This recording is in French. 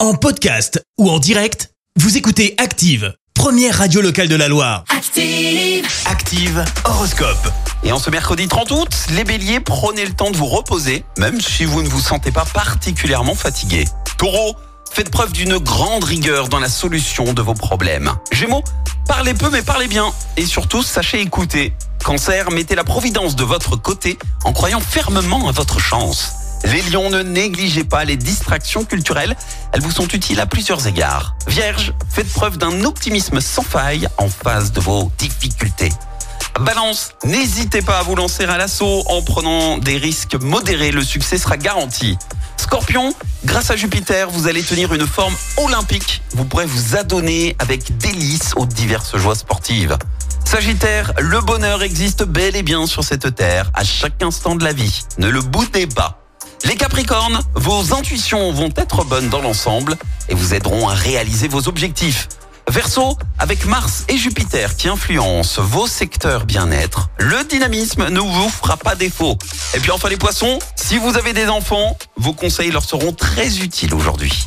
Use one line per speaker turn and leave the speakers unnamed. En podcast ou en direct, vous écoutez Active, première radio locale de la Loire.
Active,
Active Horoscope. Et en ce mercredi 30 août, les béliers, prenez le temps de vous reposer, même si vous ne vous sentez pas particulièrement fatigué. Taureau, faites preuve d'une grande rigueur dans la solution de vos problèmes. Gémeaux, parlez peu mais parlez bien. Et surtout, sachez écouter. Cancer, mettez la providence de votre côté en croyant fermement à votre chance. Les lions, ne négligez pas les distractions culturelles, elles vous sont utiles à plusieurs égards. Vierge, faites preuve d'un optimisme sans faille en face de vos difficultés. Balance, n'hésitez pas à vous lancer à l'assaut en prenant des risques modérés, le succès sera garanti. Scorpion, grâce à Jupiter, vous allez tenir une forme olympique. Vous pourrez vous adonner avec délice aux diverses joies sportives. Sagittaire, le bonheur existe bel et bien sur cette terre, à chaque instant de la vie. Ne le boudez pas. Les Capricornes, vos intuitions vont être bonnes dans l'ensemble et vous aideront à réaliser vos objectifs. Verseau, avec Mars et Jupiter qui influencent vos secteurs bien-être, le dynamisme ne vous fera pas défaut. Et puis enfin les poissons, si vous avez des enfants, vos conseils leur seront très utiles aujourd'hui.